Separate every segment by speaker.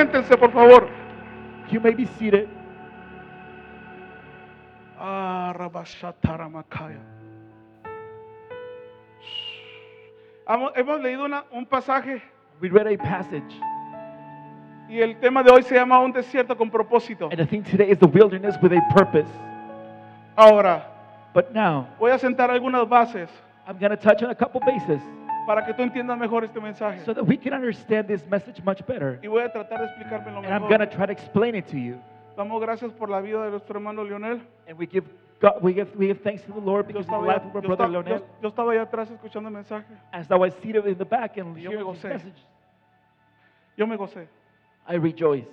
Speaker 1: Siéntense, por favor.
Speaker 2: You may be seated.
Speaker 1: Ah, Rabashataramacaya. Hemos, hemos leído una- un pasaje
Speaker 2: We read a passage,
Speaker 1: y el tema de hoy se llama Un desierto con propósito.
Speaker 2: and the thing today is the wilderness with a purpose.
Speaker 1: Ahora,
Speaker 2: But now,
Speaker 1: voy a sentar algunas bases
Speaker 2: I'm going to touch on a couple bases
Speaker 1: para que tú entiendas mejor este mensaje.
Speaker 2: so that we can understand this message much better.
Speaker 1: Y voy a tratar de explicarme lo
Speaker 2: And I'm going to
Speaker 1: mejor.
Speaker 2: try to explain it to you.
Speaker 1: Damos gracias por la vida de nuestro hermano Leonel.
Speaker 2: And we give, God, we give, we give thanks to the Lord
Speaker 1: Yo
Speaker 2: because of the
Speaker 1: estaba,
Speaker 2: life
Speaker 1: allá,
Speaker 2: of
Speaker 1: yo
Speaker 2: our brother
Speaker 1: esta-
Speaker 2: Leonel.
Speaker 1: yo- yo estaba allá atrás escuchando el mensaje.
Speaker 2: As I was seated in the back and
Speaker 1: Yo
Speaker 2: hearing
Speaker 1: me
Speaker 2: his
Speaker 1: gocé.
Speaker 2: message,
Speaker 1: Yo me gocé.
Speaker 2: I rejoiced.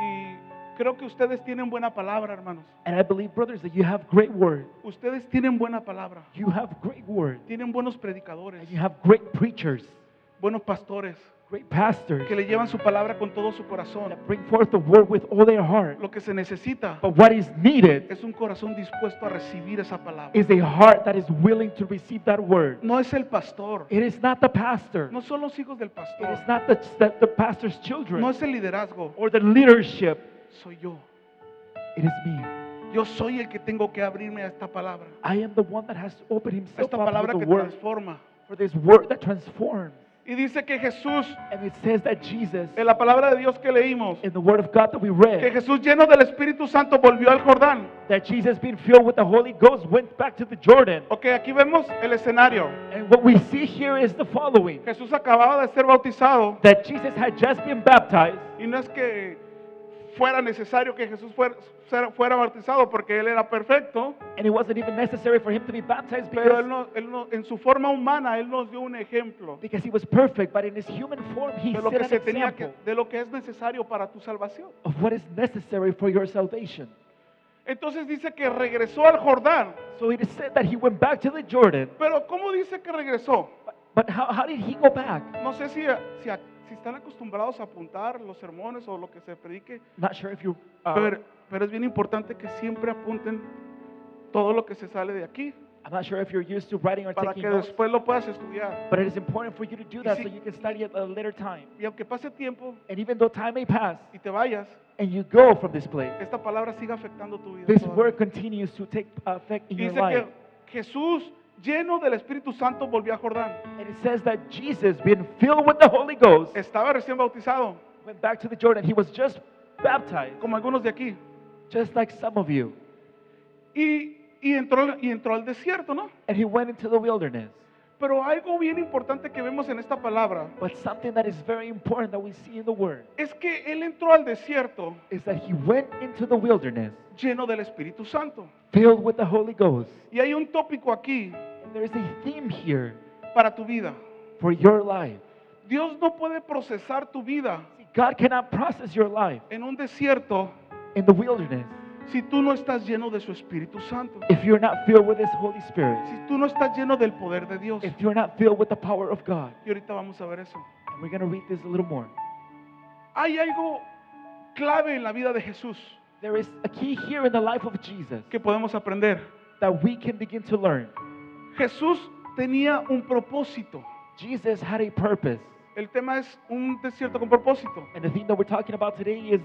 Speaker 1: Y creo que ustedes tienen buena palabra, hermanos.
Speaker 2: And I believe, brothers, that you have great word.
Speaker 1: Ustedes tienen buena palabra.
Speaker 2: You have great word.
Speaker 1: Tienen buenos predicadores,
Speaker 2: And you have great preachers,
Speaker 1: buenos pastores
Speaker 2: great pastors
Speaker 1: que le llevan su palabra con todo su corazón.
Speaker 2: that bring forth the word with all their heart.
Speaker 1: Lo que se necesita
Speaker 2: But what is needed
Speaker 1: es un corazón dispuesto a recibir esa palabra.
Speaker 2: is a heart that is willing to receive that word.
Speaker 1: No es el pastor,
Speaker 2: It is not the pastor.
Speaker 1: no son los hijos del
Speaker 2: It
Speaker 1: pastor,
Speaker 2: is not the, the, the pastor's children
Speaker 1: no es el liderazgo,
Speaker 2: or the leadership.
Speaker 1: soy yo.
Speaker 2: It is me.
Speaker 1: Yo soy el que tengo que abrirme a esta palabra,
Speaker 2: I am the one that has to open
Speaker 1: a
Speaker 2: himself
Speaker 1: esta
Speaker 2: up
Speaker 1: palabra
Speaker 2: for the
Speaker 1: que
Speaker 2: word,
Speaker 1: transforma.
Speaker 2: for this word that transforms.
Speaker 1: Y dice que Jesús,
Speaker 2: And it says that Jesus,
Speaker 1: en la palabra de Dios que leímos,
Speaker 2: in the word of God that we
Speaker 1: que
Speaker 2: read,
Speaker 1: Jesús lleno del Espíritu Santo volvió al Jordán.
Speaker 2: that Jesus, being filled with the Holy Ghost, went back to the Jordan.
Speaker 1: Ok, aquí vemos el escenario.
Speaker 2: And what we see here is the following
Speaker 1: Jesús acababa de ser bautizado
Speaker 2: that Jesus had just been baptized.
Speaker 1: y no es que fuera necesario que Jesús fuera, fuera- fuera bautizado porque él era perfecto,
Speaker 2: And it wasn't even necessary for him to be baptized
Speaker 1: pero él
Speaker 2: because,
Speaker 1: no- él no- en su forma humana él nos dio un ejemplo
Speaker 2: because he was perfect, but in his human form, he
Speaker 1: de lo
Speaker 2: set
Speaker 1: que
Speaker 2: an
Speaker 1: se tenía que,
Speaker 2: example
Speaker 1: de lo que es necesario para tu salvación.
Speaker 2: of what is necessary for your salvation.
Speaker 1: Entonces dice que regresó al Jordán,
Speaker 2: So it is said that he went back to the Jordan.
Speaker 1: pero ¿cómo dice que regresó?
Speaker 2: But- But how, how did he go back?
Speaker 1: No sé si, si, si están acostumbrados a apuntar los sermones o lo que se predique,
Speaker 2: Not sure if you. Uh,
Speaker 1: pero, pero es bien importante que siempre apunten todo lo que se sale de aquí
Speaker 2: I'm not sure if you're used to writing or
Speaker 1: para
Speaker 2: taking
Speaker 1: que
Speaker 2: notes.
Speaker 1: después lo puedas estudiar.
Speaker 2: But it is important for you to do
Speaker 1: Y
Speaker 2: that
Speaker 1: si-
Speaker 2: so you can study at a later time.
Speaker 1: Y aunque pase tiempo
Speaker 2: And even though time may pass
Speaker 1: y te vayas,
Speaker 2: and you go from this place,
Speaker 1: esta palabra sigue afectando tu vida.
Speaker 2: this
Speaker 1: todavía.
Speaker 2: word continues to take uh, effect in your
Speaker 1: Dice
Speaker 2: life.
Speaker 1: que Jesús, lleno del Espíritu Santo, volvió a Jordán.
Speaker 2: And it says that Jesus, being filled with the Holy Ghost,
Speaker 1: Estaba recién bautizado,
Speaker 2: went back to the Jordan. He was just baptized,
Speaker 1: como algunos de aquí,
Speaker 2: just like some of you.
Speaker 1: y, y entró, y entró al desierto, ¿no?
Speaker 2: And he went into the wilderness.
Speaker 1: Pero algo bien importante que vemos en esta palabra
Speaker 2: But something that is very important that we see in the word
Speaker 1: es que él entró al desierto
Speaker 2: is that he went into the wilderness
Speaker 1: lleno del Espíritu Santo.
Speaker 2: filled with the Holy Ghost.
Speaker 1: Y hay un tópico aquí
Speaker 2: And there is a theme here
Speaker 1: para tu vida.
Speaker 2: for your life.
Speaker 1: Dios no puede procesar tu vida
Speaker 2: See, God cannot process your life
Speaker 1: en un desierto
Speaker 2: in the wilderness
Speaker 1: si tú no estás lleno de su Espíritu Santo,
Speaker 2: if you're not filled with His Holy Spirit,
Speaker 1: si tú no estás lleno del poder de Dios.
Speaker 2: if you're not filled with the power of God.
Speaker 1: Y ahorita vamos a ver eso.
Speaker 2: And we're going to read this a little more.
Speaker 1: Hay algo clave en la vida de Jesús
Speaker 2: There is a key here in the life of Jesus
Speaker 1: que podemos aprender.
Speaker 2: that we can begin to learn.
Speaker 1: Jesús tenía un propósito.
Speaker 2: Jesus had a purpose.
Speaker 1: El tema es un desierto con propósito.
Speaker 2: And the thing that we're talking about today is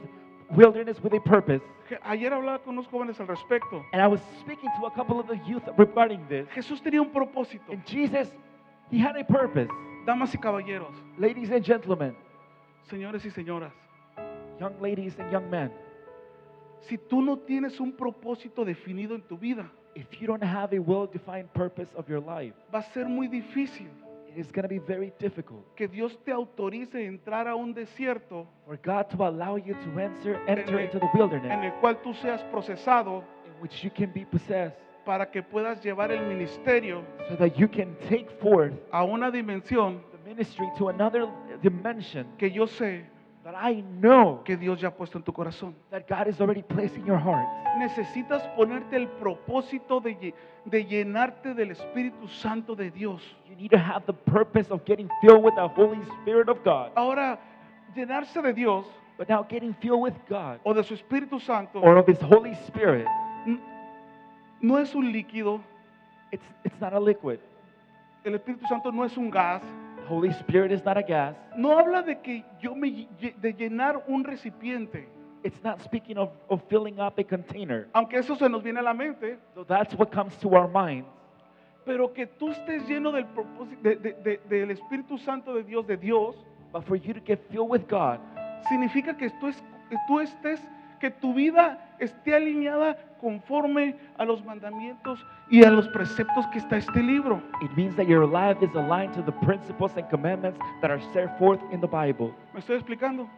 Speaker 2: wilderness with a purpose.
Speaker 1: Je- Ayer hablaba con unos jóvenes al respecto.
Speaker 2: And I was speaking to a couple of the youth regarding this.
Speaker 1: Jesús tenía un propósito.
Speaker 2: And Jesus, He had a purpose.
Speaker 1: Damas y caballeros,
Speaker 2: Ladies and gentlemen,
Speaker 1: señores y señoras,
Speaker 2: young ladies and young men,
Speaker 1: si tú no tienes un propósito definido en tu vida,
Speaker 2: if you don't have a well defined purpose of your life,
Speaker 1: va a ser muy difícil
Speaker 2: it is going to be very difficult
Speaker 1: que Dios te autorice a entrar a un desierto
Speaker 2: for God to allow you to enter, enter
Speaker 1: en el-
Speaker 2: into the
Speaker 1: en
Speaker 2: wilderness
Speaker 1: el cual tú seas procesado
Speaker 2: in which you can be possessed
Speaker 1: para que puedas llevar el ministerio
Speaker 2: so that you can take forth
Speaker 1: a una dimensión
Speaker 2: the ministry to another dimension
Speaker 1: que yo sé
Speaker 2: that I know
Speaker 1: que Dios ya ha puesto en tu corazón.
Speaker 2: that God is already placing your heart.
Speaker 1: Necesitas ponerte el propósito de, lle- de llenarte del Espíritu Santo de Dios.
Speaker 2: You need to have the purpose of getting filled with the Holy Spirit of God.
Speaker 1: Ahora, llenarse de Dios
Speaker 2: But now, getting filled with God
Speaker 1: o de su Espíritu Santo
Speaker 2: or of His Holy Spirit,
Speaker 1: n- no es un líquido,
Speaker 2: it's, it's not a liquid.
Speaker 1: el Espíritu Santo no es un gas,
Speaker 2: The Holy Spirit is not a gas.
Speaker 1: No habla de que yo me lle- de llenar un recipiente,
Speaker 2: It's not speaking of, of filling up a container.
Speaker 1: aunque eso se nos viene a la mente,
Speaker 2: So that's what comes to our minds.
Speaker 1: pero que tú estés lleno del propósito de- de- de- del Espíritu Santo de Dios, de Dios,
Speaker 2: But for you to get filled with God,
Speaker 1: significa que tú, es- que tú estés, que tu vida esté alineada conforme a los mandamientos y a los preceptos que está este libro.
Speaker 2: it means that your life is aligned to the principles and commandments that are set forth in the Bible.
Speaker 1: ¿Me estoy explicando?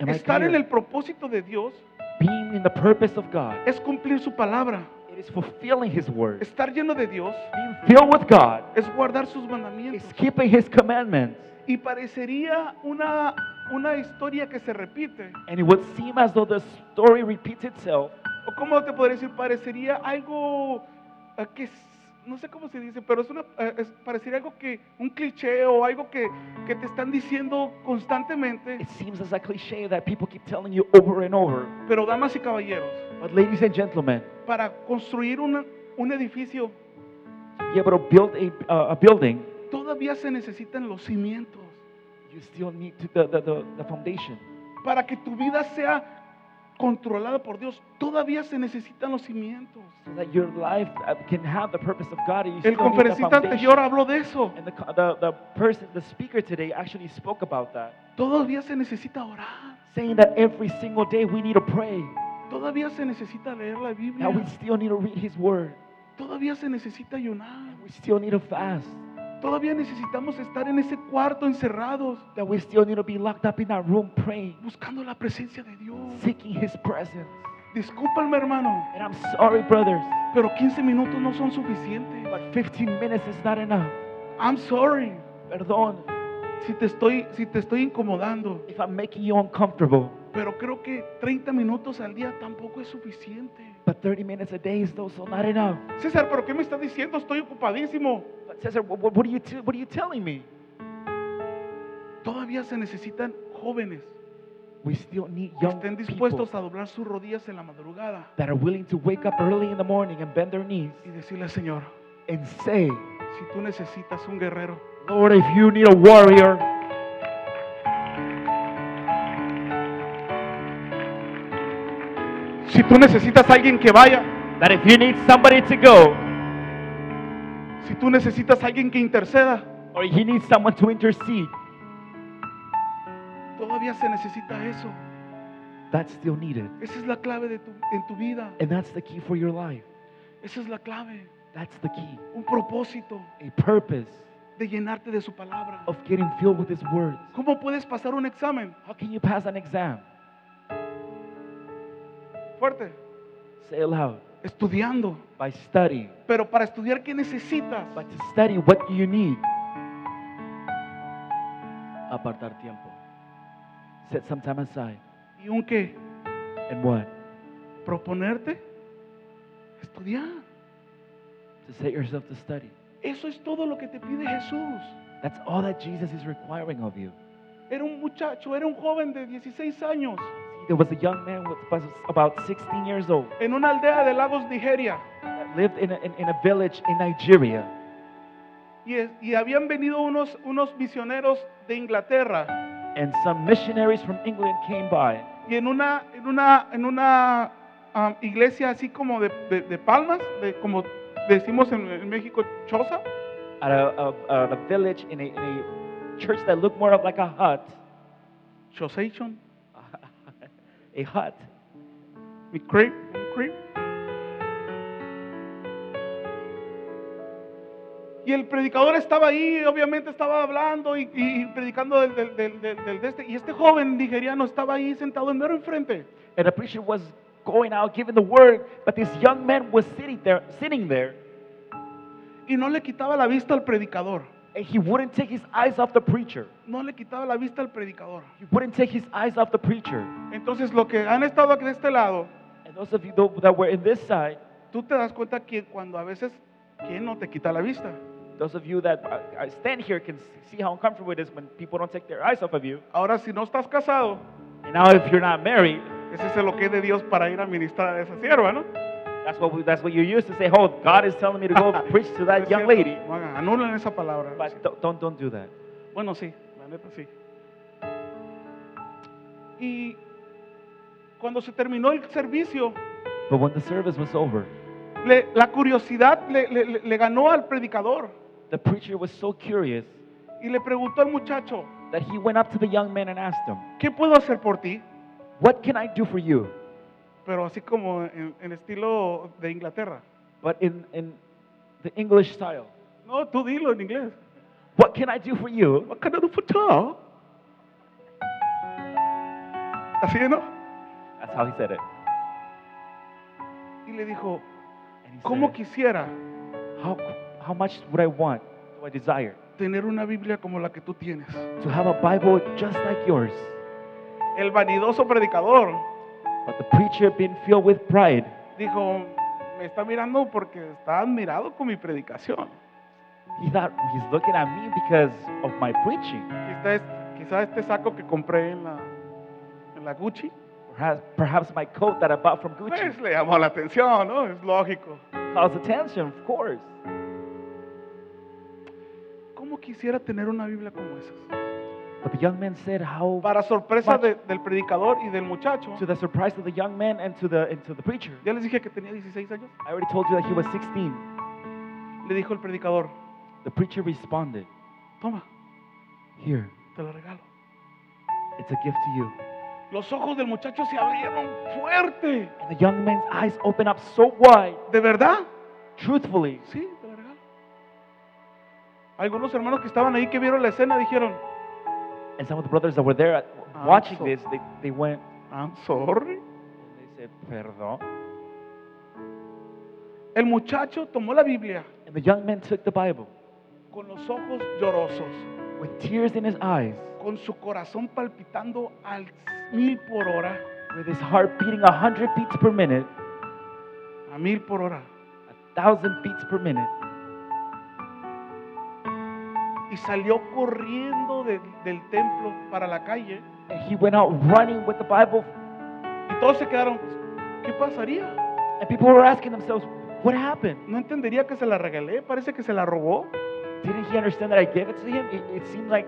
Speaker 2: Am I
Speaker 1: Estar en
Speaker 2: clear?
Speaker 1: el propósito de Dios
Speaker 2: Being in the purpose of God,
Speaker 1: es cumplir su palabra.
Speaker 2: it is fulfilling His word.
Speaker 1: Estar lleno de Dios
Speaker 2: Being filled with God
Speaker 1: es guardar sus
Speaker 2: is
Speaker 1: mandamientos.
Speaker 2: keeping His commandments.
Speaker 1: Y parecería una, una historia que se repite.
Speaker 2: And it would seem as though the story repeats itself.
Speaker 1: O cómo te podría decir, parecería algo eh, que es- no sé cómo se dice, pero es una eh, es- parecería algo que un cliché o algo que, que te están diciendo constantemente,
Speaker 2: It seems as a cliche that people keep telling you over and over.
Speaker 1: pero damas y caballeros,
Speaker 2: But, ladies and gentlemen,
Speaker 1: para construir una- un edificio
Speaker 2: to be able to build a, uh, a building,
Speaker 1: todavía se necesitan los cimientos
Speaker 2: you still need to the, the, the, the foundation.
Speaker 1: para que tu vida sea controlada por Dios, todavía se necesitan los cimientos.
Speaker 2: So that your life uh, can have the purpose of God. and You
Speaker 1: El
Speaker 2: still need the
Speaker 1: conferencista
Speaker 2: foundation.
Speaker 1: anterior habló de eso.
Speaker 2: And the, co- the, the person, the speaker today actually spoke about that,
Speaker 1: Todavía se necesita orar.
Speaker 2: saying that every single day we need to pray,
Speaker 1: Todavía se necesita leer la Biblia.
Speaker 2: that we still need to read His Word,
Speaker 1: Todavía se necesita ayunar.
Speaker 2: we still need to fast,
Speaker 1: Todavía necesitamos estar en ese cuarto encerrados,
Speaker 2: that we still need to be locked up in our room praying,
Speaker 1: buscando la presencia de Dios.
Speaker 2: seeking His presence.
Speaker 1: Discúlpame, hermano,
Speaker 2: And I'm sorry, brothers,
Speaker 1: pero 15 minutos no son suficientes.
Speaker 2: but 15 minutes is not enough.
Speaker 1: I'm sorry
Speaker 2: Perdón
Speaker 1: si te estoy, si te estoy incomodando,
Speaker 2: if I'm making you uncomfortable,
Speaker 1: pero creo que 30 minutos al día tampoco es suficiente.
Speaker 2: but 30 minutes a day is also not enough.
Speaker 1: César, ¿pero qué me estás diciendo? Estoy ocupadísimo.
Speaker 2: But Cesar, wh- wh- what are you, t- what are you telling me?
Speaker 1: Todavía se necesitan jóvenes
Speaker 2: We still need
Speaker 1: que
Speaker 2: young
Speaker 1: estén
Speaker 2: people
Speaker 1: dispuestos a doblar sus rodillas en la madrugada
Speaker 2: that are willing to wake up early in the morning and bend their knees
Speaker 1: y decirle, Señor,
Speaker 2: and say,
Speaker 1: si tú necesitas un guerrero,
Speaker 2: Lord, if you need a warrior,
Speaker 1: si tú necesitas alguien que vaya,
Speaker 2: that if you need somebody to go,
Speaker 1: Si tú necesitas a alguien que interceda,
Speaker 2: or he needs someone to intercede,
Speaker 1: todavía se necesita eso.
Speaker 2: that's still needed.
Speaker 1: Esa es la clave de tu, en tu vida.
Speaker 2: And that's the key for your life.
Speaker 1: Esa es la clave.
Speaker 2: That's the key.
Speaker 1: Un propósito
Speaker 2: A purpose
Speaker 1: de llenarte de su palabra.
Speaker 2: of getting filled with his words.
Speaker 1: ¿Cómo puedes pasar un examen?
Speaker 2: How can you pass an exam?
Speaker 1: Fuerte.
Speaker 2: Say it loud.
Speaker 1: Estudiando.
Speaker 2: By studying.
Speaker 1: Pero para estudiar, ¿qué necesitas?
Speaker 2: But to study, what do you need? Apartar tiempo. Set some time aside.
Speaker 1: ¿Y un qué?
Speaker 2: And what?
Speaker 1: ¿Proponerte? Estudiar.
Speaker 2: To set yourself to study.
Speaker 1: Eso es todo lo que te pide Jesús.
Speaker 2: That's all that Jesus is requiring of you.
Speaker 1: Era un muchacho, era un joven de 16 años
Speaker 2: See, there was a young man who was about 16 years old
Speaker 1: en una aldea de Lagos, Nigeria.
Speaker 2: that lived in a, in, in a village in Nigeria.
Speaker 1: Y, es- y habían venido unos, unos misioneros de Inglaterra
Speaker 2: And some missionaries from England came by.
Speaker 1: y en una, en una, en una am, iglesia así como de, de- de palmas, de, como decimos en, en México, choza,
Speaker 2: At a, a, at a village in a, in a church that looked more of like a hut.
Speaker 1: chozation,
Speaker 2: a hut.
Speaker 1: mi creep, un creep. Y el predicador estaba ahí, obviamente estaba hablando y, y predicando del, del- del- del- del de este. Y este joven nigeriano estaba ahí sentado en mero enfrente.
Speaker 2: And the preacher was going out giving the word, but this young man was sitting there, sitting there,
Speaker 1: Y no le quitaba la vista al predicador.
Speaker 2: and he wouldn't take his eyes off the preacher.
Speaker 1: no le quitaba la vista al predicador.
Speaker 2: He wouldn't take his eyes off the preacher.
Speaker 1: Entonces, lo que han estado aquí de este lado,
Speaker 2: And those of you tho- that were in this side,
Speaker 1: tú te das cuenta que cuando a veces, ¿quién no te quita la vista?
Speaker 2: those of you that uh, uh, stand here can s- see how uncomfortable it is when people don't take their eyes off of you.
Speaker 1: Ahora, si no estás casado,
Speaker 2: And now, if you're not married,
Speaker 1: ese es el ok de Dios para ir a ministrar a esa sierva, ¿no?
Speaker 2: that's what we, that's what you used to say. Oh, God is telling me to go preach to
Speaker 1: No
Speaker 2: that
Speaker 1: es
Speaker 2: young
Speaker 1: cierto,
Speaker 2: lady.
Speaker 1: no hagan- anulen esa palabra.
Speaker 2: But don't don't, don't do that.
Speaker 1: Bueno, sí, la neta sí. Y cuando se terminó el servicio,
Speaker 2: But when the service was over,
Speaker 1: le- la curiosidad le, le- le- le ganó al predicador
Speaker 2: the preacher was so curious
Speaker 1: y le preguntó al muchacho,
Speaker 2: that he went up to the young man and asked him,
Speaker 1: ¿qué puedo hacer por ti?
Speaker 2: What can I do for you?
Speaker 1: Pero así como en, en estilo de Inglaterra.
Speaker 2: But in, in the English style,
Speaker 1: No, tú dilo en inglés.
Speaker 2: What can I do for you?
Speaker 1: What can I do for you? Así, ¿no?
Speaker 2: That's how he said it.
Speaker 1: Y le dijo,
Speaker 2: And he
Speaker 1: ¿cómo
Speaker 2: said,
Speaker 1: quisiera
Speaker 2: how, how much would I want, do I desire,
Speaker 1: tener una Biblia como la que tú tienes?
Speaker 2: to have a Bible just like yours?
Speaker 1: El vanidoso predicador
Speaker 2: But the preacher, being filled with pride,
Speaker 1: dijo, me está mirando porque está admirado con mi predicación.
Speaker 2: he thought, He's looking at me because of my preaching.
Speaker 1: Quizá, es- quizá este saco que compré en la, en la Gucci,
Speaker 2: Perhaps, perhaps my coat that I bought from Gucci
Speaker 1: pues le llamó la atención, ¿no? Es lógico.
Speaker 2: calls attention, of course.
Speaker 1: ¿Cómo quisiera tener una Biblia como esa?
Speaker 2: But the young man said, How
Speaker 1: Para sorpresa de- del predicador y del muchacho,
Speaker 2: to the surprise of the young man and to the and to the preacher.
Speaker 1: ya les dije que tenía 16 años,
Speaker 2: I already told you that he was 16.
Speaker 1: le dijo el predicador,
Speaker 2: The preacher responded,
Speaker 1: toma,
Speaker 2: "Here,
Speaker 1: te la regalo.
Speaker 2: it's a gift to you."
Speaker 1: Los ojos del muchacho se abrieron fuerte.
Speaker 2: And the young man's eyes opened up so wide.
Speaker 1: ¿De verdad?
Speaker 2: Truthfully,
Speaker 1: Sí, te la regalo. Algunos hermanos que estaban ahí que vieron la escena dijeron,
Speaker 2: and some of the brothers that were there at,
Speaker 1: Ah,
Speaker 2: watching
Speaker 1: so-
Speaker 2: this, they, they went
Speaker 1: I'm sorry.
Speaker 2: and they said, "Perdón."
Speaker 1: El muchacho tomó la Biblia
Speaker 2: And the young man took the Bible
Speaker 1: con los ojos llorosos,
Speaker 2: with tears in his eyes,
Speaker 1: con su corazón palpitando al mil por hora,
Speaker 2: with his heart beating a hundred beats per minute,
Speaker 1: a mil por hora,
Speaker 2: a thousand beats per minute,
Speaker 1: y salió corriendo de- del templo para la calle.
Speaker 2: and he went out running with the Bible.
Speaker 1: Y todos se quedaron, ¿qué pasaría?
Speaker 2: And people were asking themselves, "What happened?"
Speaker 1: No entendería que se la regalé, parece que se la robó.
Speaker 2: Didn't he understand that I gave it to him? It, it seemed like,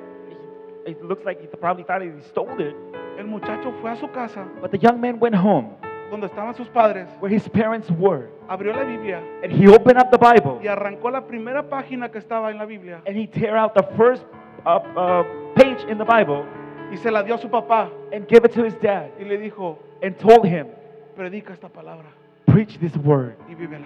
Speaker 2: he, it looks like he probably thought he stole it.
Speaker 1: El muchacho fue a su casa,
Speaker 2: But the young man went home
Speaker 1: donde estaban sus padres,
Speaker 2: where his parents were,
Speaker 1: abrió la Biblia
Speaker 2: and he opened up the Bible
Speaker 1: y arrancó la primera página que estaba en la Biblia
Speaker 2: and he tear out the first uh, uh, page in the Bible
Speaker 1: y se la dio a su papá
Speaker 2: and give it to his dad
Speaker 1: y le dijo,
Speaker 2: and told him,
Speaker 1: predica esta palabra
Speaker 2: "Preach this word
Speaker 1: y vívela.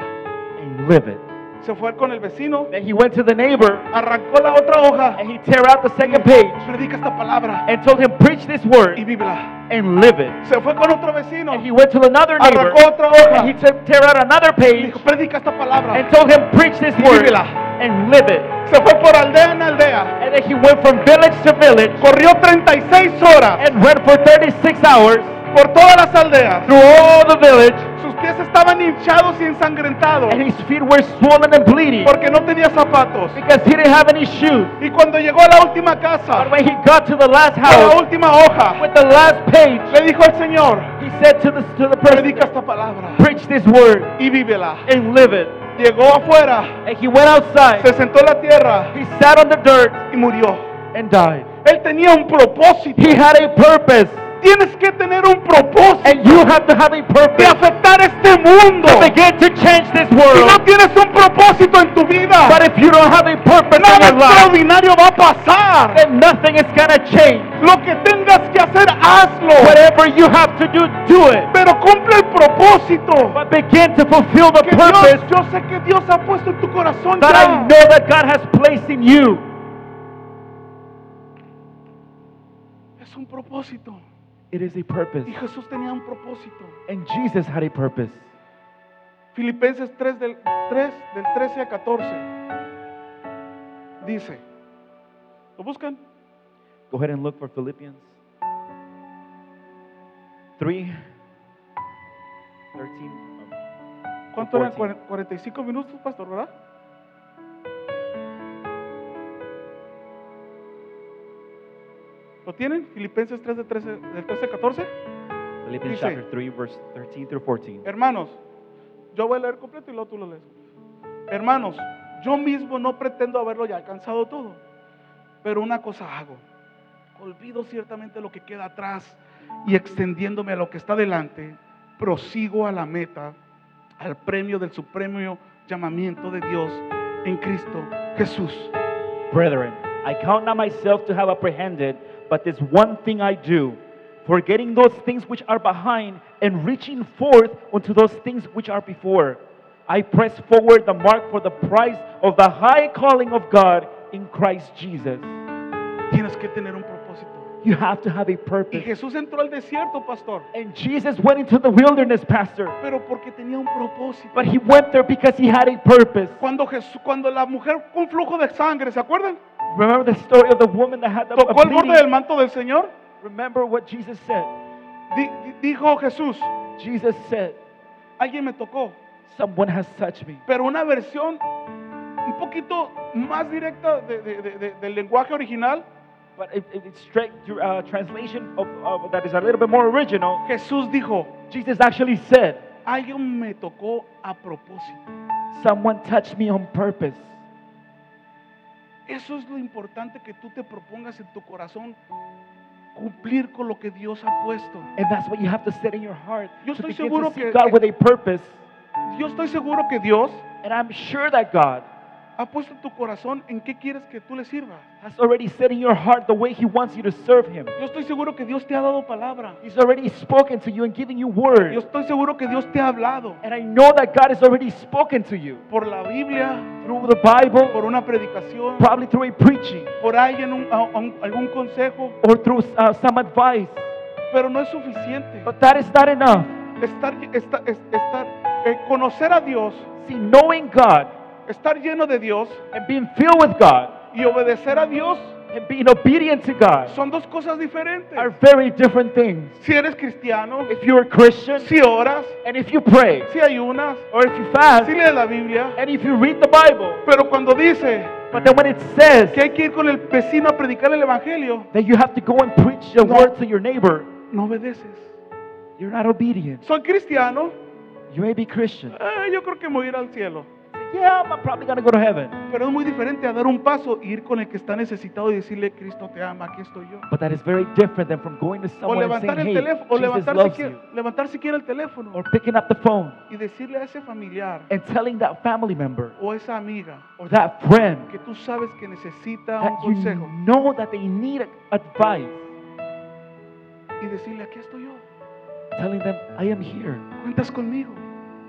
Speaker 2: and live it."
Speaker 1: Se fue con el vecino,
Speaker 2: Then he went to the neighbor
Speaker 1: arrancó la otra hoja
Speaker 2: and he tear out the second page
Speaker 1: predica esta palabra
Speaker 2: and told him, "Preach this
Speaker 1: y
Speaker 2: word
Speaker 1: vívela.
Speaker 2: and live it."
Speaker 1: Se fue con otro vecino,
Speaker 2: And he went to another neighbor
Speaker 1: arrancó otra
Speaker 2: and he
Speaker 1: hoja
Speaker 2: took, tear out another
Speaker 1: y
Speaker 2: page
Speaker 1: dijo, predica esta palabra.
Speaker 2: and told him, preach this word
Speaker 1: Vívela.
Speaker 2: and live it.
Speaker 1: Se fue por aldea en aldea,
Speaker 2: And then he went from village to village
Speaker 1: corrió 36 horas
Speaker 2: and went for 36 hours
Speaker 1: por todas las aldeas.
Speaker 2: through all the village.
Speaker 1: Sus pies estaban hinchados y ensangrentados
Speaker 2: And his feet were swollen and bleeding
Speaker 1: porque no tenía zapatos.
Speaker 2: because he didn't have any shoes.
Speaker 1: Y cuando llegó a la última casa,
Speaker 2: But when he got to the last
Speaker 1: a la
Speaker 2: house
Speaker 1: última hoja,
Speaker 2: with the last page,
Speaker 1: le dijo al Señor,
Speaker 2: he said to the, to the person,
Speaker 1: predica esta palabra
Speaker 2: preach this word
Speaker 1: y vívela.
Speaker 2: and live it.
Speaker 1: Llegó afuera,
Speaker 2: And he went outside,
Speaker 1: se sentó en la tierra
Speaker 2: he sat on the dirt
Speaker 1: y murió.
Speaker 2: and died.
Speaker 1: Él tenía un propósito.
Speaker 2: He had a purpose
Speaker 1: Tienes que tener un propósito
Speaker 2: and you have to have a
Speaker 1: de
Speaker 2: purpose
Speaker 1: afectar este mundo.
Speaker 2: to begin to change this
Speaker 1: Si no
Speaker 2: world.
Speaker 1: tienes un propósito en tu vida,
Speaker 2: But if you don't have a purpose in
Speaker 1: nada
Speaker 2: your life,
Speaker 1: extraordinario va a pasar.
Speaker 2: then nothing is gonna change.
Speaker 1: Lo que tengas que hacer, hazlo.
Speaker 2: Whatever you have to do, do it.
Speaker 1: Pero cumple el propósito.
Speaker 2: But begin to fulfill the
Speaker 1: Que Dios,
Speaker 2: purpose
Speaker 1: yo sé que Dios ha puesto en tu corazón
Speaker 2: that I
Speaker 1: ya.
Speaker 2: know that God has placed in you.
Speaker 1: Es un propósito.
Speaker 2: It is a purpose.
Speaker 1: Y Jesús tenía un propósito.
Speaker 2: And Jesus had a purpose.
Speaker 1: Filipenses 3 del, 3 del 13 a 14 dice, ¿lo buscan?
Speaker 2: Go ahead and look for Philippians 3 13.
Speaker 1: ¿Cuánto eran?
Speaker 2: 14.
Speaker 1: Cuaren- 45 minutos, pastor, ¿verdad? ¿Lo tienen? Filipenses 3 del 13, del 13 a 14.
Speaker 2: Philippians
Speaker 1: Dice-
Speaker 2: chapter 3, verse 13 through 14.
Speaker 1: Hermanos, yo voy a leer completo y luego tú lo lees. Hermanos, yo mismo no pretendo haberlo ya alcanzado todo, Pero una cosa hago. Olvido ciertamente lo que queda atrás y extendiéndome a lo que está delante, prosigo a la meta, al premio del supremo llamamiento de Dios en Cristo Jesús.
Speaker 2: Brethren, I count not myself to have apprehended, but this one thing I do, forgetting those things which are behind and reaching forth unto those things which are before. I press forward the mark for the prize of the high calling of God in Christ Jesus.
Speaker 1: Tienes que tener un propósito.
Speaker 2: You have to have a
Speaker 1: Y
Speaker 2: purpose.
Speaker 1: Jesús entró al desierto, pastor,
Speaker 2: And Jesus went into the wilderness, Pastor,
Speaker 1: pero porque tenía un propósito.
Speaker 2: but he went there because he had a purpose.
Speaker 1: Cuando, Jesús, cuando la mujer con flujo de sangre, ¿se acuerdan?
Speaker 2: Remember the story of the woman that had the
Speaker 1: Tocó el borde del
Speaker 2: bleeding?
Speaker 1: manto del Señor.
Speaker 2: Remember what Jesus said.
Speaker 1: Di- di- dijo Jesús,
Speaker 2: Jesus said,
Speaker 1: alguien me tocó.
Speaker 2: Someone has touched me.
Speaker 1: Pero una versión un poquito más directa de- de- de- de- del lenguaje original,
Speaker 2: But it, it- it's straight to, uh, translation of, of- that is a little bit more original.
Speaker 1: Jesús dijo,
Speaker 2: Jesus actually said,
Speaker 1: alguien me tocó a propósito.
Speaker 2: Someone touched me on purpose.
Speaker 1: Eso es lo importante que tú te propongas en tu corazón, cumplir con lo que Dios ha puesto.
Speaker 2: And that's what you have to set in your heart.
Speaker 1: Yo
Speaker 2: to
Speaker 1: estoy
Speaker 2: begin
Speaker 1: seguro
Speaker 2: to see
Speaker 1: que-
Speaker 2: God with a purpose.
Speaker 1: Yo estoy seguro que Dios
Speaker 2: And I'm sure that God
Speaker 1: ha puesto en tu corazón en qué quieres que tú le sirvas.
Speaker 2: has already set in your heart the way He wants you to serve Him.
Speaker 1: Yo estoy seguro que Dios te ha dado palabra.
Speaker 2: He's already spoken to you and given you words.
Speaker 1: Yo estoy seguro que Dios te ha hablado
Speaker 2: And I know that God has already spoken to you
Speaker 1: por la Biblia,
Speaker 2: through the Bible,
Speaker 1: por una predicación,
Speaker 2: probably through a preaching,
Speaker 1: por alguien, un- a- a un- algún consejo.
Speaker 2: or through uh, some advice.
Speaker 1: Pero no es suficiente.
Speaker 2: But that is not enough.
Speaker 1: Estar, esta- es- estar, eh, conocer a Dios,
Speaker 2: See, knowing God
Speaker 1: estar lleno de Dios
Speaker 2: and being filled with God
Speaker 1: y obedecer a Dios
Speaker 2: and being obedient to God
Speaker 1: son dos cosas diferentes.
Speaker 2: are very different things.
Speaker 1: Si eres cristiano,
Speaker 2: If you're a Christian
Speaker 1: si oras,
Speaker 2: and if you pray,
Speaker 1: si ayunas,
Speaker 2: or if you fast
Speaker 1: si lees la Biblia.
Speaker 2: and if you read the Bible,
Speaker 1: Pero cuando dice
Speaker 2: but then when it says
Speaker 1: que hay que ir con el vecino a predicar el Evangelio,
Speaker 2: that you have to go and preach the
Speaker 1: No.
Speaker 2: word to your neighbor,
Speaker 1: no obedeces.
Speaker 2: you're not obedient.
Speaker 1: Soy cristiano,
Speaker 2: You may be Christian.
Speaker 1: eh, yo creo que me voy a ir al cielo.
Speaker 2: Yeah, I'm probably going to go to heaven.
Speaker 1: Pero es muy diferente a dar un paso e ir con el que está necesitado y decirle, Cristo te ama, aquí estoy yo.
Speaker 2: But that is very different than from going to
Speaker 1: O
Speaker 2: someone and
Speaker 1: levantar, el
Speaker 2: saying, hey,
Speaker 1: teléfono, o
Speaker 2: Jesus
Speaker 1: levantar
Speaker 2: loves
Speaker 1: siquiera,
Speaker 2: you.
Speaker 1: levantar siquiera el teléfono.
Speaker 2: Or Eh. picking up the phone
Speaker 1: y decirle a ese familiar
Speaker 2: and telling that family member
Speaker 1: o esa amiga
Speaker 2: or that friend
Speaker 1: que tú sabes que necesita un
Speaker 2: that you
Speaker 1: consejo
Speaker 2: know that they need advice,
Speaker 1: y decirle, aquí estoy yo,
Speaker 2: telling them, I am here.
Speaker 1: cuentas conmigo,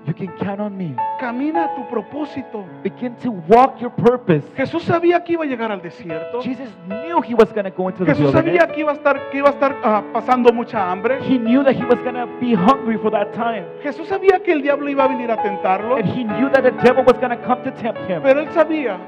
Speaker 2: You can count on me.
Speaker 1: camina a tu propósito.
Speaker 2: Begin to walk your purpose.
Speaker 1: Jesús sabía que iba a llegar al desierto.
Speaker 2: Jesus knew he was going to go into the
Speaker 1: Jesús sabía
Speaker 2: wilderness.
Speaker 1: que iba a estar, que iba a estar ah, pasando mucha hambre.
Speaker 2: He knew that he was going to be hungry for that time.
Speaker 1: Jesús sabía que el diablo iba a venir a tentarlo,
Speaker 2: And he knew that the devil was going to come to tempt him.
Speaker 1: pero él sabía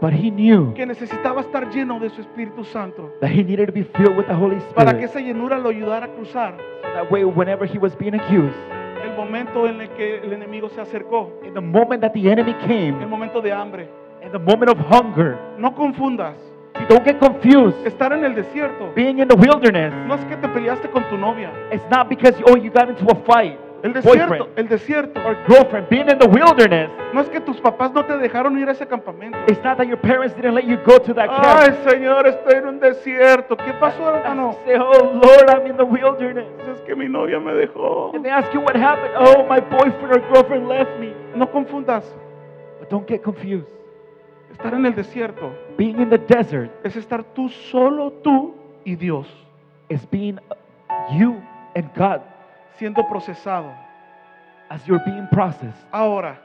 Speaker 2: But he knew
Speaker 1: que necesitaba estar lleno de su Espíritu Santo
Speaker 2: that he needed to be filled with the Holy
Speaker 1: para que
Speaker 2: Spirit.
Speaker 1: esa llenura lo ayudara a cruzar
Speaker 2: So that way, whenever he was being accused,
Speaker 1: el momento en el que el enemigo se acercó,
Speaker 2: in the moment that the enemy
Speaker 1: el
Speaker 2: came,
Speaker 1: momento de hambre.
Speaker 2: in the moment of hunger,
Speaker 1: No confundas,
Speaker 2: you don't get confused.
Speaker 1: estar en el desierto
Speaker 2: Being in the wilderness,
Speaker 1: No es que te peleaste con tu novia.
Speaker 2: it's not because, oh, you got into a fight.
Speaker 1: El
Speaker 2: Boyfriend.
Speaker 1: desierto, el desierto.
Speaker 2: or girlfriend being in the wilderness
Speaker 1: No es que tus papás no te dejaron ir a ese campamento.
Speaker 2: it's not that your parents didn't let you go to that
Speaker 1: Ay,
Speaker 2: camp
Speaker 1: Señor, estoy en un desierto. ¿Qué pasó,
Speaker 2: and
Speaker 1: hermano?
Speaker 2: you say oh lord i'm in the wilderness
Speaker 1: Pues Es que mi novia me dejó.
Speaker 2: and they ask you what happened oh my boyfriend or girlfriend left me
Speaker 1: No confundas.
Speaker 2: but don't get confused
Speaker 1: Estar en el desierto
Speaker 2: being in the desert
Speaker 1: es estar tú solo, tú y Dios,
Speaker 2: is being you and god
Speaker 1: siendo procesado.
Speaker 2: as you're being processed
Speaker 1: Ahora,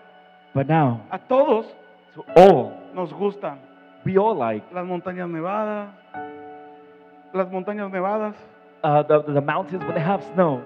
Speaker 2: but now
Speaker 1: a todos
Speaker 2: to all
Speaker 1: nos gustan
Speaker 2: we all like
Speaker 1: las montañas nevadas, las montañas nevadas,
Speaker 2: uh, the, the mountains when they have snow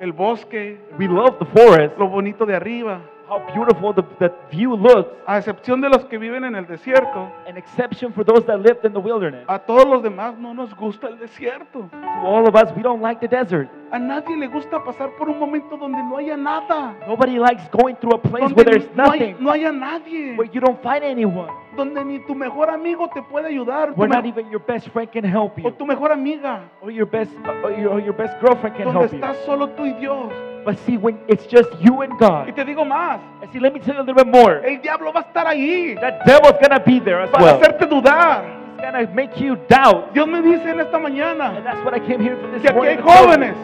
Speaker 1: el bosque,
Speaker 2: we love the forest
Speaker 1: lo bonito de arriba.
Speaker 2: how beautiful the, the view looks
Speaker 1: A excepción de los que viven en el desierto,
Speaker 2: an exception for those that lived in the wilderness Uh,
Speaker 1: A todos los demás no nos gusta el desierto.
Speaker 2: to all of us we don't like the desert
Speaker 1: A nadie le gusta pasar por un momento donde no haya nada.
Speaker 2: Nobody likes going through a place
Speaker 1: Donde
Speaker 2: where there's
Speaker 1: no, hay-
Speaker 2: nothing,
Speaker 1: no haya nadie.
Speaker 2: where you don't find anyone,
Speaker 1: Donde ni tu mejor amigo te puede ayudar. tu
Speaker 2: where not
Speaker 1: me-
Speaker 2: even your best friend can help
Speaker 1: o
Speaker 2: you,
Speaker 1: tu mejor amiga.
Speaker 2: or your best uh, or your, or your best girlfriend can
Speaker 1: Donde
Speaker 2: help you.
Speaker 1: estás solo tú y Dios.
Speaker 2: But see, when it's just you and
Speaker 1: Y
Speaker 2: God,
Speaker 1: te digo más.
Speaker 2: and see, let me tell you a little bit more.
Speaker 1: El diablo va a estar ahí.
Speaker 2: That devil's gonna be there as
Speaker 1: Para
Speaker 2: well.
Speaker 1: hacerte dudar.
Speaker 2: He's going to make you doubt.
Speaker 1: Dios me dice en esta
Speaker 2: And
Speaker 1: mañana
Speaker 2: that's what I came here for this
Speaker 1: que aquí hay
Speaker 2: morning. to tell you,
Speaker 1: jóvenes,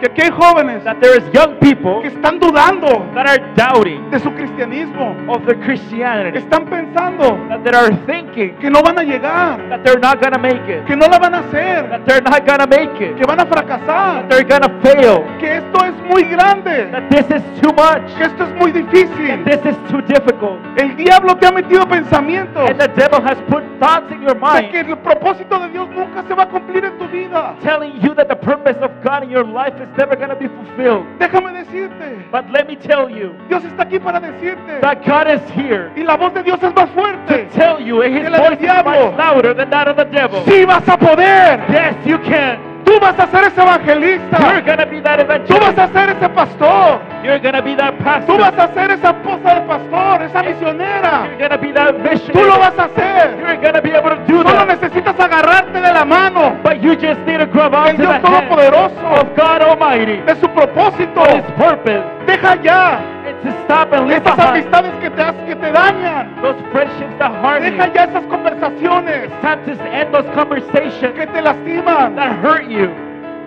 Speaker 1: que aquí hay jóvenes
Speaker 2: That there is young people
Speaker 1: que están dudando
Speaker 2: that are doubting
Speaker 1: de su cristianismo,
Speaker 2: of their Christianity.
Speaker 1: están pensando
Speaker 2: That they are thinking
Speaker 1: que no van a llegar,
Speaker 2: that they're not going to make it.
Speaker 1: que no la van a hacer,
Speaker 2: That they're not going to make it.
Speaker 1: que van a
Speaker 2: That
Speaker 1: fracasar,
Speaker 2: they're going to fail.
Speaker 1: que esto es muy grande,
Speaker 2: That this is too much.
Speaker 1: que esto es muy difícil.
Speaker 2: That this is too difficult.
Speaker 1: El diablo te ha metido pensamientos
Speaker 2: And the devil has put thoughts in your
Speaker 1: de que
Speaker 2: mind
Speaker 1: el propósito de Dios nunca se va a cumplir en tu vida.
Speaker 2: telling you that the purpose of God in your life is never going to be fulfilled.
Speaker 1: Déjame decirte,
Speaker 2: But let me tell you
Speaker 1: Dios está aquí para decirte,
Speaker 2: that God is here
Speaker 1: y la voz de Dios es más
Speaker 2: to
Speaker 1: fuerte.
Speaker 2: tell you and his
Speaker 1: Que la del
Speaker 2: voice is much
Speaker 1: diablo.
Speaker 2: louder than that of the devil.
Speaker 1: Sí vas a poder,
Speaker 2: Yes, you can.
Speaker 1: tú vas a ser ese evangelista,
Speaker 2: You're going to be that
Speaker 1: tú vas
Speaker 2: evangelist.
Speaker 1: a ser ese pastor,
Speaker 2: You're going to be that
Speaker 1: tú vas
Speaker 2: pastor.
Speaker 1: a ser esa esposa del pastor, esa misionera,
Speaker 2: You're going to be that
Speaker 1: tú lo
Speaker 2: missionary.
Speaker 1: vas a hacer.
Speaker 2: You're going to be able to do
Speaker 1: Solo
Speaker 2: that.
Speaker 1: necesitas agarrarte de la mano
Speaker 2: But you just need to grab
Speaker 1: del
Speaker 2: onto the
Speaker 1: Dios
Speaker 2: hand
Speaker 1: Todopoderoso,
Speaker 2: of God Almighty.
Speaker 1: de su propósito.
Speaker 2: For His purpose
Speaker 1: Deja ya
Speaker 2: is to stop and leave
Speaker 1: esas
Speaker 2: behind
Speaker 1: amistades que te, has- que te dañan.
Speaker 2: those friendships that harm you.
Speaker 1: Deja ya esas conversaciones
Speaker 2: It's time to end those conversations
Speaker 1: que te lastiman.
Speaker 2: that hurt you.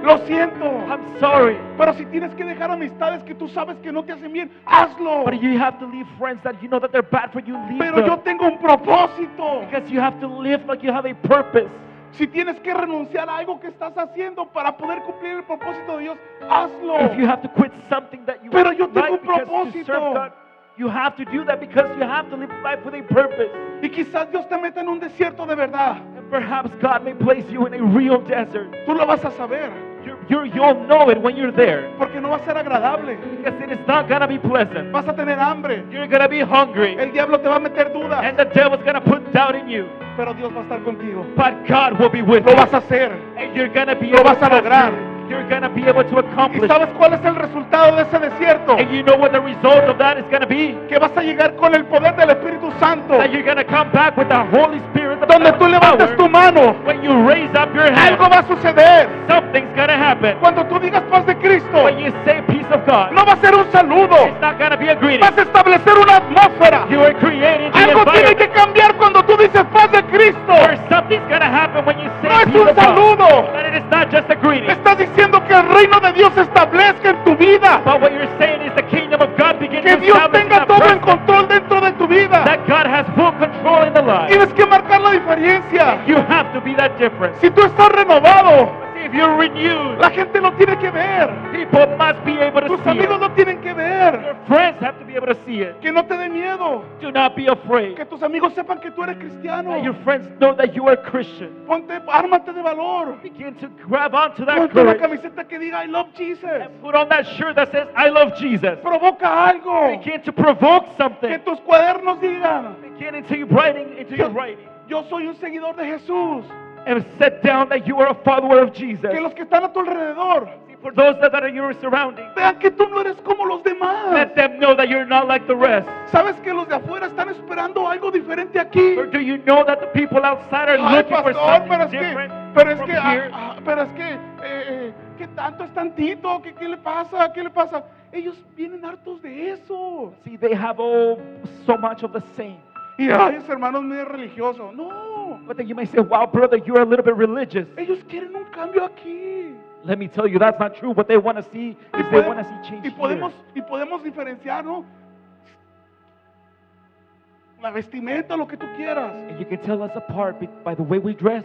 Speaker 1: Lo siento.
Speaker 2: I'm sorry.
Speaker 1: Pero si tienes que dejar amistades que tú sabes que no te hacen bien, hazlo.
Speaker 2: But you have to leave friends that you know that they're bad for you. Leave
Speaker 1: Pero yo
Speaker 2: them.
Speaker 1: tengo un propósito.
Speaker 2: Because you have to live like you have a purpose.
Speaker 1: Si tienes que renunciar a algo que estás haciendo para poder cumplir el propósito de Dios, hazlo.
Speaker 2: If you have to quit something that you
Speaker 1: Oh. Pero yo tengo un
Speaker 2: like because to
Speaker 1: propósito.
Speaker 2: serve God, you have to do that because you have to live life with a purpose.
Speaker 1: Y quizás Dios te meta en un desierto de verdad.
Speaker 2: And perhaps God may place you in a real desert.
Speaker 1: Tú lo vas a saber,
Speaker 2: You're, you're, you'll know it when you're there.
Speaker 1: porque no va a ser agradable.
Speaker 2: Because it is not going to be pleasant.
Speaker 1: Vas a tener hambre.
Speaker 2: You're going to be hungry.
Speaker 1: El diablo te va a meter dudas,
Speaker 2: And the devil's going to put doubt in you.
Speaker 1: pero Dios va a estar contigo.
Speaker 2: But God will be with
Speaker 1: Lo
Speaker 2: you.
Speaker 1: vas a hacer.
Speaker 2: And you're gonna be
Speaker 1: Lo
Speaker 2: able
Speaker 1: vas a
Speaker 2: to
Speaker 1: lograr.
Speaker 2: You're gonna be able to
Speaker 1: ¿Y
Speaker 2: accomplish.
Speaker 1: sabes cuál es el resultado de ese desierto?
Speaker 2: And you know what the result of that is gonna be?
Speaker 1: Que vas a llegar con el poder del Espíritu Santo.
Speaker 2: That you're gonna come back with the Holy Spirit. The
Speaker 1: Donde
Speaker 2: power.
Speaker 1: tú levantas tu mano,
Speaker 2: When you raise up your hand,
Speaker 1: Algo va a suceder.
Speaker 2: something's gonna happen.
Speaker 1: Cuando tú digas paz de Cristo,
Speaker 2: When you say peace of God,
Speaker 1: no va a ser un saludo.
Speaker 2: it's not gonna be a greeting.
Speaker 1: Vas a establecer una atmósfera.
Speaker 2: You are creating the
Speaker 1: Algo tiene
Speaker 2: environment.
Speaker 1: que cambiar cuando tú dices paz de Cristo.
Speaker 2: Or something's gonna happen when you say
Speaker 1: No es
Speaker 2: peace
Speaker 1: un
Speaker 2: of God.
Speaker 1: saludo.
Speaker 2: But it is not just a greeting.
Speaker 1: Estás diciendo que el reino de Dios se establezca en tu vida.
Speaker 2: But what you're saying is the kingdom of God begins
Speaker 1: Que
Speaker 2: to
Speaker 1: Dios
Speaker 2: establish in
Speaker 1: tenga
Speaker 2: that
Speaker 1: todo en
Speaker 2: person.
Speaker 1: control dentro de tu vida.
Speaker 2: That God has full control in the life.
Speaker 1: Tienes que marcar la diferencia.
Speaker 2: You have to be that different.
Speaker 1: Si tú estás renovado,
Speaker 2: See, If you're renewed,
Speaker 1: la gente lo tiene que ver.
Speaker 2: people must be able to
Speaker 1: Tus
Speaker 2: see
Speaker 1: amigos
Speaker 2: it.
Speaker 1: lo tienen que ver.
Speaker 2: Your friends have to be able to see it.
Speaker 1: Que no te dé miedo.
Speaker 2: Do not be afraid.
Speaker 1: Que tus amigos sepan que tú eres cristiano.
Speaker 2: Let your friends know that you are a Christian.
Speaker 1: Ponte, ármate de valor.
Speaker 2: Begin to grab onto that
Speaker 1: Ponte una
Speaker 2: courage
Speaker 1: camiseta que diga I love Jesus.
Speaker 2: and put on that shirt that says, I love Jesus.
Speaker 1: Provoca algo.
Speaker 2: Begin to provoke
Speaker 1: Que
Speaker 2: something.
Speaker 1: tus cuadernos digan
Speaker 2: Begin into your writing, into your writing.
Speaker 1: yo soy un seguidor de Jesús.
Speaker 2: And set down that you are a follower of Jesus.
Speaker 1: Que los que están a tu alrededor
Speaker 2: See, For those that are in your surroundings,
Speaker 1: vean que tú no eres como los demás.
Speaker 2: let them know that you're not like the rest.
Speaker 1: Sabes que los de afuera están esperando algo diferente aquí.
Speaker 2: Or do you know that the people outside are
Speaker 1: Ay,
Speaker 2: looking for
Speaker 1: pastor,
Speaker 2: something
Speaker 1: pero es que,
Speaker 2: different
Speaker 1: pero es
Speaker 2: from
Speaker 1: que, ah,
Speaker 2: here?
Speaker 1: ah, pero es que, eh, eh, ¿qué tanto es tantito? ¿Qué, ¿Qué le pasa? ¿Qué le pasa? Ellos vienen hartos de eso.
Speaker 2: See, they have all so much of the same.
Speaker 1: Y ay, ese hermano es medio religioso. No,
Speaker 2: But then you may say, wow, brother, you're a little bit religious.
Speaker 1: ellos quieren un cambio aquí.
Speaker 2: Let me tell you, that's not true. What they want to see
Speaker 1: Y,
Speaker 2: is they
Speaker 1: podemos-
Speaker 2: want to see change.
Speaker 1: y
Speaker 2: here.
Speaker 1: podemos, y podemos diferenciar, ¿no? La vestimenta, lo que tú quieras.
Speaker 2: And you can tell us apart be- by the way we dress.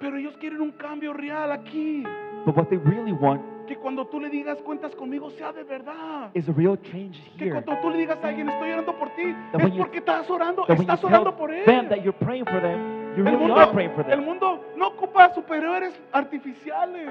Speaker 1: Pero ellos quieren un cambio real aquí.
Speaker 2: But what they really want
Speaker 1: Que cuando tú le digas cuentas conmigo sea de verdad.
Speaker 2: is a real change
Speaker 1: Que
Speaker 2: here.
Speaker 1: cuando tú le digas a alguien estoy orando por ti,
Speaker 2: That
Speaker 1: es
Speaker 2: when you-
Speaker 1: porque estás orando,
Speaker 2: That when you
Speaker 1: estás orando
Speaker 2: tell
Speaker 1: por él.
Speaker 2: them that you're praying for them, you
Speaker 1: El
Speaker 2: really
Speaker 1: mundo,
Speaker 2: are praying for
Speaker 1: el
Speaker 2: them.
Speaker 1: mundo no ocupa superhéroes artificiales.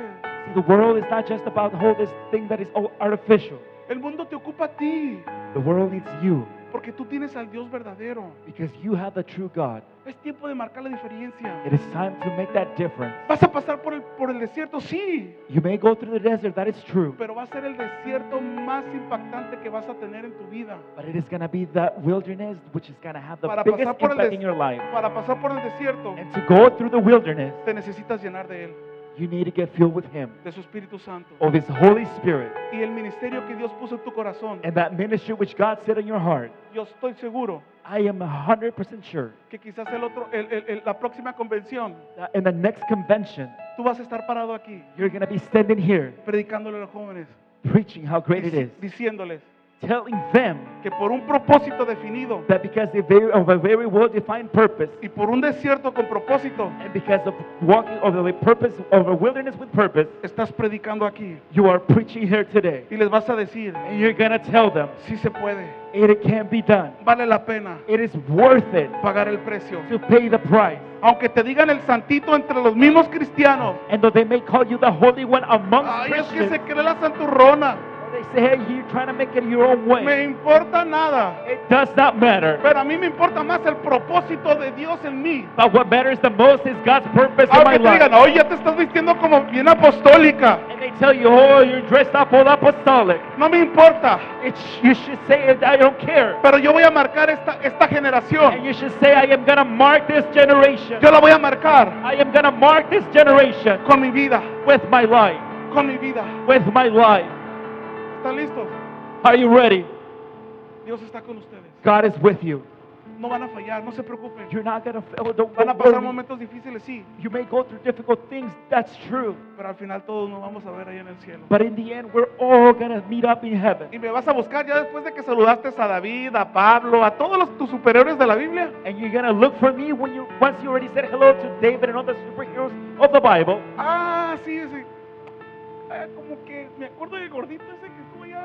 Speaker 2: See, the world is not just about the whole this thing that is all artificial.
Speaker 1: El mundo te ocupa a ti,
Speaker 2: The world needs you
Speaker 1: porque tú tienes al Dios verdadero.
Speaker 2: because you have the true God.
Speaker 1: Es tiempo de marcar la diferencia.
Speaker 2: It is time to make that difference.
Speaker 1: Vas a pasar por el, por el desierto, sí,
Speaker 2: You may go through the desert, that is true.
Speaker 1: pero va a ser el desierto más impactante que vas a tener en tu vida.
Speaker 2: But it is going to be that wilderness which is going to have the
Speaker 1: Para
Speaker 2: biggest
Speaker 1: pasar por el
Speaker 2: impact
Speaker 1: des-
Speaker 2: in your life.
Speaker 1: Para pasar por el desierto,
Speaker 2: And to go through the wilderness,
Speaker 1: te necesitas llenar de Él.
Speaker 2: You need to get filled with Him,
Speaker 1: de su Espíritu Santo.
Speaker 2: of His Holy Spirit,
Speaker 1: Y el ministerio que Dios puso en tu corazón,
Speaker 2: and that ministry which God set in your heart.
Speaker 1: yo estoy seguro
Speaker 2: I am 100% sure
Speaker 1: que quizás el otro, el- el- el- la próxima convención,
Speaker 2: that in the next convention,
Speaker 1: tú vas a estar parado aquí
Speaker 2: you're going to be standing here
Speaker 1: predicándole a los jóvenes,
Speaker 2: preaching how great it is,
Speaker 1: dic- diciéndoles
Speaker 2: telling them
Speaker 1: que por un propósito definido
Speaker 2: that because they very, of a very well defined purpose,
Speaker 1: y por un desierto con propósito,
Speaker 2: and because of walking over the purpose of a wilderness with purpose,
Speaker 1: estás predicando aquí
Speaker 2: you are preaching here today.
Speaker 1: y les vas a decir,
Speaker 2: And you're going to tell them
Speaker 1: sí se puede,
Speaker 2: it can be done.
Speaker 1: vale la pena
Speaker 2: It is worth it
Speaker 1: pagar el precio.
Speaker 2: to pay the price.
Speaker 1: Aunque te digan el santito entre los mismos cristianos,
Speaker 2: And though they may call you the holy one amongst
Speaker 1: ay, es que
Speaker 2: Christians,
Speaker 1: se cree la santurrona,
Speaker 2: they say, hey, you're trying to make it your own way.
Speaker 1: me importa nada.
Speaker 2: It does not matter.
Speaker 1: Pero a mí me importa más el propósito de Dios en mí.
Speaker 2: But what matters the most is God's purpose in my
Speaker 1: Aunque te digan,
Speaker 2: life.
Speaker 1: hoy ya te estás vistiendo como bien apostólica.
Speaker 2: And they tell you, oh, you're dressed up all apostolic.
Speaker 1: No me importa.
Speaker 2: It sh- you should say, it, I don't care.
Speaker 1: Pero yo voy a marcar esta, esta
Speaker 2: And
Speaker 1: generación.
Speaker 2: you should say, I am going to mark this generation.
Speaker 1: Yo la voy a marcar
Speaker 2: I am going to mark this generation
Speaker 1: con mi vida.
Speaker 2: with my life.
Speaker 1: Con mi vida.
Speaker 2: With my life.
Speaker 1: ¿Están listos?
Speaker 2: Are you ready?
Speaker 1: Dios está con ustedes.
Speaker 2: God is with you.
Speaker 1: No van a fallar, no se preocupen.
Speaker 2: You're not going to fail. Don't,
Speaker 1: Van a
Speaker 2: don't
Speaker 1: pasar
Speaker 2: worry.
Speaker 1: momentos difíciles, sí.
Speaker 2: You may go through difficult things. That's true.
Speaker 1: Pero al final todos nos vamos a ver ahí en el cielo.
Speaker 2: But in the end, we're all going to meet up in heaven.
Speaker 1: Y me vas a buscar ya después de que saludaste a David, a Pablo, a todos los, tus superiores de la Biblia.
Speaker 2: And you're gonna look for me when you once you already said hello to David and all the superheroes of the Bible.
Speaker 1: Ah, sí, sí. Ah, como que me acuerdo del gordito ese que estuvo allá.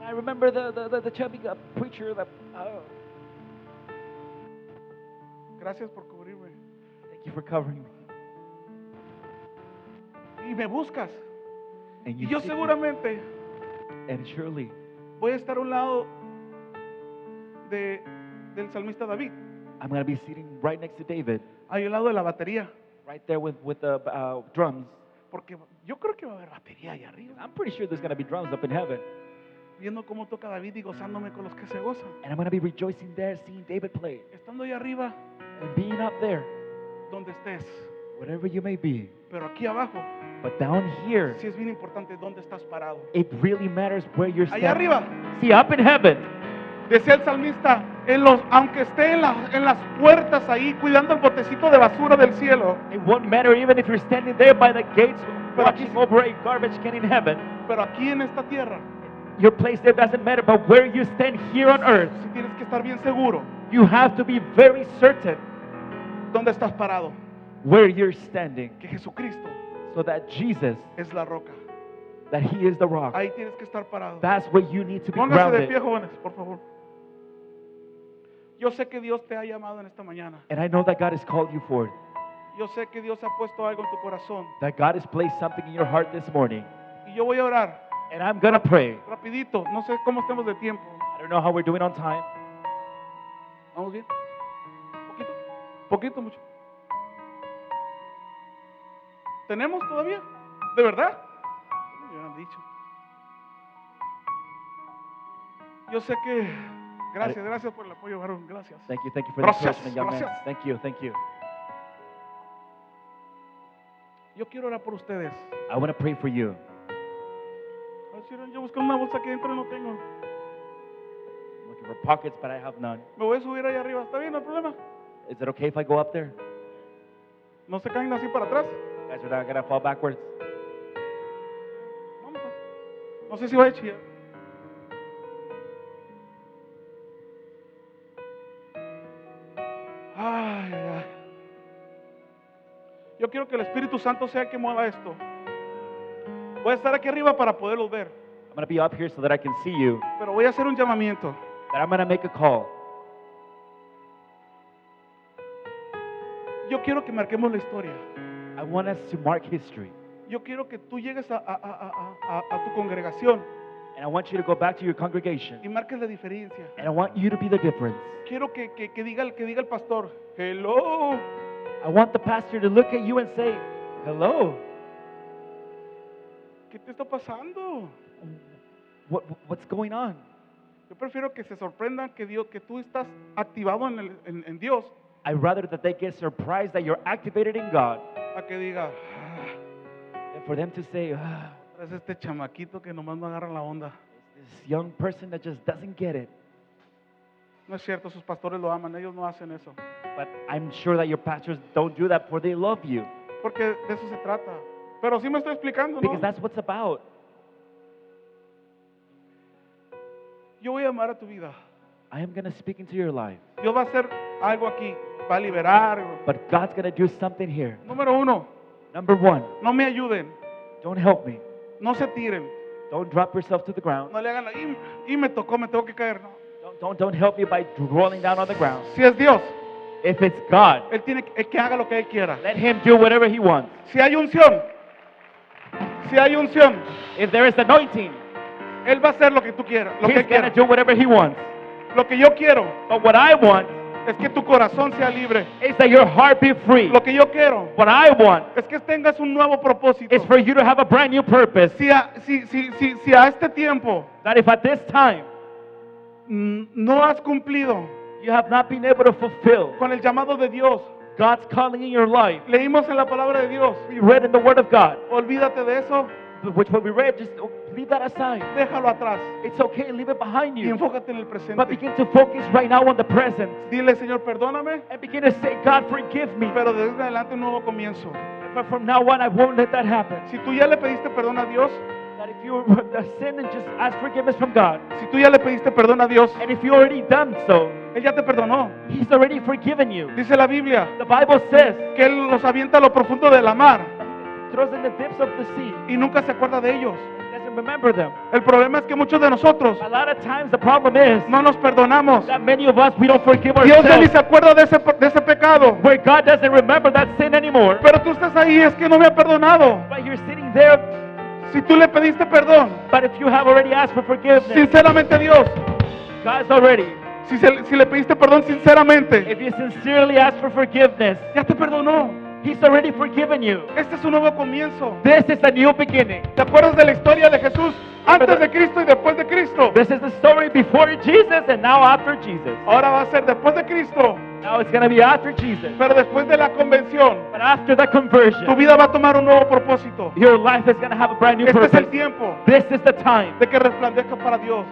Speaker 2: And I remember the the, the, the chubby uh, preacher. The, oh,
Speaker 1: Gracias por cubrirme.
Speaker 2: thank you for covering me.
Speaker 1: Y me buscas.
Speaker 2: And
Speaker 1: Y
Speaker 2: you
Speaker 1: yo
Speaker 2: see-
Speaker 1: seguramente
Speaker 2: and surely
Speaker 1: voy a estar a un lado de, del salmista David,
Speaker 2: I'm gonna be sitting right next to David,
Speaker 1: ahí al lado de la batería,
Speaker 2: right there with with the uh, drums.
Speaker 1: porque yo creo que va a haber batería ahí arriba.
Speaker 2: I'm pretty sure there's gonna be drums up in heaven.
Speaker 1: Viendo cómo toca David y gozándome con los que se gozan.
Speaker 2: And I'm gonna be rejoicing there, seeing David play,
Speaker 1: Estando ahí arriba,
Speaker 2: and being up there,
Speaker 1: donde estés.
Speaker 2: whatever you may be.
Speaker 1: Pero aquí abajo,
Speaker 2: But down here,
Speaker 1: sí es bien importante dónde estás parado.
Speaker 2: it really matters where you're standing.
Speaker 1: Allá arriba,
Speaker 2: See, up in heaven.
Speaker 1: decía el salmista, en los, aunque esté en, las- en las puertas ahí cuidando el botecito de basura del cielo,
Speaker 2: It won't matter even if you're standing there by the gates watching over a garbage can in heaven.
Speaker 1: pero aquí en esta tierra,
Speaker 2: Your place there doesn't matter, but where you stand here on earth,
Speaker 1: sí tienes que estar bien seguro
Speaker 2: you have to be very certain
Speaker 1: dónde estás parado.
Speaker 2: where you're standing
Speaker 1: Que Jesucristo
Speaker 2: so that Jesus,
Speaker 1: es la roca.
Speaker 2: that He is the rock.
Speaker 1: Ahí tienes que estar parado.
Speaker 2: That's where you need to be
Speaker 1: Póngase de pie,
Speaker 2: grounded.
Speaker 1: jóvenes, por favor. Yo sé que Dios te ha llamado en esta mañana.
Speaker 2: And I know that God has called you for it,
Speaker 1: Yo sé que Dios ha puesto algo en tu corazón.
Speaker 2: that God has placed something in your heart this morning.
Speaker 1: Y yo voy a orar
Speaker 2: And I'm going to pray.
Speaker 1: rapidito. No sé cómo estemos de tiempo.
Speaker 2: I don't know how we're doing on time.
Speaker 1: ¿Vamos bien? ¿Poquito? ¿Poquito mucho? ¿Tenemos todavía? ¿De verdad? Me hubieran dicho. Yo sé que... Gracias, gracias por el apoyo, varón. Gracias.
Speaker 2: Thank you, thank you for the
Speaker 1: Gracias,
Speaker 2: encouragement, young man.
Speaker 1: gracias.
Speaker 2: Thank you, thank you.
Speaker 1: Yo quiero orar por ustedes.
Speaker 2: I want to pray for you.
Speaker 1: Ay, Sharon, Yo busco una bolsa que dentro no tengo.
Speaker 2: I'm looking for pockets, but I have none.
Speaker 1: Me voy a subir ahí arriba. ¿Está bien? ¿No hay problema?
Speaker 2: Is it okay if I go up there?
Speaker 1: ¿No se caen así para atrás?
Speaker 2: You guys are not gonna fall backwards.
Speaker 1: No, no. No sé si voy a chillar. Ay, ay, ay. Yo quiero que el Espíritu Santo sea el que mueva esto. Voy a estar aquí arriba para poderlos ver,
Speaker 2: I'm gonna be up here so that I can see you.
Speaker 1: pero voy a hacer un llamamiento.
Speaker 2: But I'm gonna make a call.
Speaker 1: Yo quiero que marquemos la historia.
Speaker 2: I want us to mark history,
Speaker 1: Yo quiero que tú llegues a, a- a- a- a- a tu congregación
Speaker 2: and I want you to go back to your
Speaker 1: y
Speaker 2: congregation,
Speaker 1: marques la diferencia.
Speaker 2: and I want you to be the difference.
Speaker 1: Quiero que, que- que diga, el- que diga el pastor, hello,
Speaker 2: I want the pastor to look at you and say, "Hello,
Speaker 1: ¿qué te está pasando?
Speaker 2: what, what's going on?"
Speaker 1: Yo prefiero que se sorprendan que Dios, que tú estás activado en, el- en- en Dios,
Speaker 2: I'd rather that they get surprised that you're activated in God
Speaker 1: a que diga, "Ah,
Speaker 2: And for them to say, ah,
Speaker 1: Es este chamaquito que nomás no agarra la onda.
Speaker 2: this young person that just doesn't get it.
Speaker 1: No es cierto, sus pastores lo aman, ellos no hacen eso.
Speaker 2: But I'm sure that your pastors don't do that for they love you.
Speaker 1: Porque de eso se trata. Pero sí me estoy explicando, ¿no?
Speaker 2: Because that's what's about.
Speaker 1: Yo voy a amar a tu vida.
Speaker 2: I am going to speak into your life.
Speaker 1: Dios va a hacer algo aquí. Va a liberar.
Speaker 2: But God's going to do something here.
Speaker 1: Número uno,
Speaker 2: Number one,
Speaker 1: no me ayuden.
Speaker 2: don't help me.
Speaker 1: No se tiren.
Speaker 2: Don't drop yourself to the ground.
Speaker 1: No le hagan la... Y, y me tocó, me tengo que caer. No.
Speaker 2: Don't, don't, don't help me by rolling down on the ground.
Speaker 1: Si es Dios,
Speaker 2: If it's God,
Speaker 1: Él tiene que, que haga lo que Él quiera.
Speaker 2: let Him do whatever He wants.
Speaker 1: Si hay unción, si hay unción,
Speaker 2: If there is anointing,
Speaker 1: Él va a hacer lo que tú quieras, lo que
Speaker 2: He's
Speaker 1: Él
Speaker 2: going to
Speaker 1: quiera.
Speaker 2: do whatever He wants.
Speaker 1: Lo que yo quiero
Speaker 2: But what I want
Speaker 1: es que tu corazón sea libre.
Speaker 2: is that your heart be free.
Speaker 1: Lo que yo quiero
Speaker 2: What I want
Speaker 1: es que tengas un nuevo propósito.
Speaker 2: is for you to have a brand new purpose.
Speaker 1: Si a, si, si, si, si a este tiempo
Speaker 2: That if at this time
Speaker 1: mm, no has cumplido
Speaker 2: you have not been able to fulfill
Speaker 1: con el llamado de Dios,
Speaker 2: God's calling in your life,
Speaker 1: leímos en la palabra de Dios,
Speaker 2: we read in the Word of God,
Speaker 1: olvídate de eso,
Speaker 2: which what we read, just leave that aside.
Speaker 1: déjalo atrás
Speaker 2: It's okay, leave it behind
Speaker 1: y
Speaker 2: you.
Speaker 1: enfócate en el
Speaker 2: But
Speaker 1: presente.
Speaker 2: begin to focus right now on the present
Speaker 1: Dile, Señor, perdóname,
Speaker 2: and begin to say, God, forgive me.
Speaker 1: pero desde en adelante un nuevo comienzo.
Speaker 2: But from now on, I won't let that happen.
Speaker 1: Si tú ya le pediste perdón a Dios,
Speaker 2: That if you have sinned and just ask forgiveness from God,
Speaker 1: si tú ya le pediste perdón a Dios,
Speaker 2: and if you already done so,
Speaker 1: Él ya te perdonó.
Speaker 2: He's already forgiven you.
Speaker 1: Dice la Biblia
Speaker 2: The Bible says,
Speaker 1: que Él los avienta a lo profundo de la mar
Speaker 2: throws in the depths of the sea
Speaker 1: y nunca se acuerda de ellos.
Speaker 2: and doesn't remember them.
Speaker 1: El problema es que muchos de nosotros
Speaker 2: A lot of times, the problem is
Speaker 1: no nos perdonamos.
Speaker 2: that many of us we don't forgive
Speaker 1: Dios ya ni
Speaker 2: ourselves.
Speaker 1: se acuerda de ese, de ese pecado.
Speaker 2: Where God doesn't remember that sin anymore.
Speaker 1: Pero tú estás ahí, es que no me ha perdonado.
Speaker 2: But you're sitting there.
Speaker 1: Si tú le pediste perdón,
Speaker 2: But if you have already asked for forgiveness,
Speaker 1: sinceramente Dios,
Speaker 2: God's already.
Speaker 1: si, se- si le pediste perdón sinceramente,
Speaker 2: If you sincerely ask for forgiveness,
Speaker 1: ya te perdonó.
Speaker 2: He's already forgiven you.
Speaker 1: Este es un nuevo comienzo.
Speaker 2: This is a new beginning.
Speaker 1: ¿Te acuerdas de la historia de Jesús antes de Cristo y después de Cristo?
Speaker 2: This is the story before Jesus and now after Jesus.
Speaker 1: Ahora va a ser después de Cristo,
Speaker 2: Now it's going to be after Jesus.
Speaker 1: pero después de la convención,
Speaker 2: But after the
Speaker 1: tu
Speaker 2: conversion,
Speaker 1: vida va a tomar un nuevo propósito.
Speaker 2: your life is going to have a brand new
Speaker 1: Este es el
Speaker 2: purpose.
Speaker 1: tiempo
Speaker 2: This is the time
Speaker 1: de que resplandezcas para Dios.